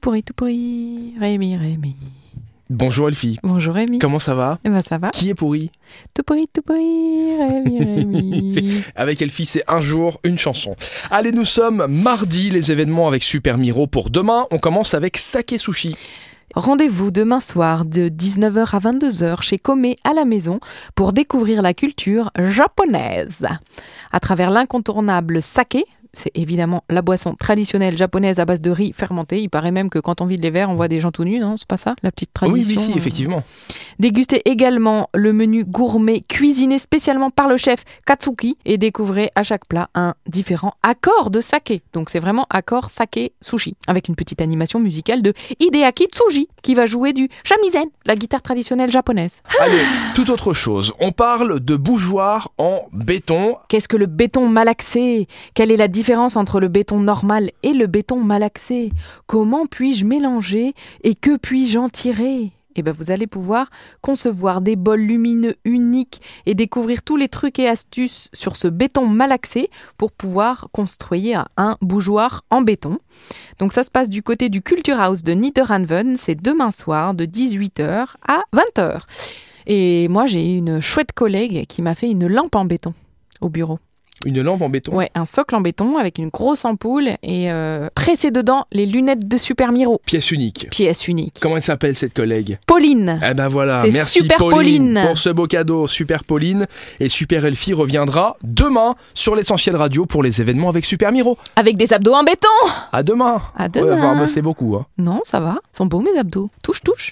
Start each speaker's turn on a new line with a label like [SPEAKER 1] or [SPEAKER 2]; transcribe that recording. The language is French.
[SPEAKER 1] pourri, tout pourri. Rémi, Rémi.
[SPEAKER 2] Bonjour Elfie,
[SPEAKER 1] Bonjour Rémi.
[SPEAKER 2] comment ça va
[SPEAKER 1] Eh ben ça va.
[SPEAKER 2] Qui est pourri
[SPEAKER 1] Tout pourri, tout pourri. Rémi, Rémi.
[SPEAKER 2] Avec Elfie, c'est un jour, une chanson. Allez, nous sommes mardi, les événements avec Super Miro pour demain. On commence avec Sake Sushi.
[SPEAKER 1] Rendez-vous demain soir de 19h à 22h chez Comé à la maison pour découvrir la culture japonaise. À travers l'incontournable saké, c'est évidemment la boisson traditionnelle japonaise à base de riz fermenté. Il paraît même que quand on vide les verres, on voit des gens tout nus, non C'est pas ça La petite
[SPEAKER 2] Oui,
[SPEAKER 1] tradition
[SPEAKER 2] oui, si,
[SPEAKER 1] euh.
[SPEAKER 2] effectivement.
[SPEAKER 1] Dégustez également le menu gourmet cuisiné spécialement par le chef Katsuki et découvrez à chaque plat un différent accord de saké. Donc c'est vraiment accord saké sushi avec une petite animation musicale de Hideaki Tsuji qui va jouer du shamisen, la guitare traditionnelle japonaise.
[SPEAKER 2] Allez, tout autre chose. On parle de bougeoir en béton.
[SPEAKER 1] Qu'est-ce que le béton malaxé Quelle est la différence entre le béton normal et le béton malaxé Comment puis-je mélanger et que puis-je en tirer Eh ben, vous allez pouvoir concevoir des bols lumineux uniques et découvrir tous les trucs et astuces sur ce béton malaxé pour pouvoir construire un bougeoir en béton. Donc ça se passe du côté du Culture House de Niederanven, c'est demain soir de 18h à 20h. Et moi j'ai une chouette collègue qui m'a fait une lampe en béton au bureau.
[SPEAKER 2] Une lampe en béton.
[SPEAKER 1] Ouais, un socle en béton avec une grosse ampoule et euh, pressé dedans les lunettes de Super Miro.
[SPEAKER 2] Pièce unique.
[SPEAKER 1] Pièce unique.
[SPEAKER 2] Comment elle s'appelle cette collègue
[SPEAKER 1] Pauline
[SPEAKER 2] Eh ben voilà,
[SPEAKER 1] C'est
[SPEAKER 2] merci
[SPEAKER 1] Super
[SPEAKER 2] Pauline,
[SPEAKER 1] Pauline.
[SPEAKER 2] pour ce beau cadeau, Super Pauline. Et Super Elfie reviendra demain sur l'essentiel radio pour les événements avec Super Miro.
[SPEAKER 1] avec des abdos en béton.
[SPEAKER 2] À demain
[SPEAKER 1] À
[SPEAKER 2] Ouais, avoir
[SPEAKER 1] demain.
[SPEAKER 2] bossé beaucoup. hein.
[SPEAKER 1] Non, ça va. Ils sont beaux mes abdos. Touche, touche.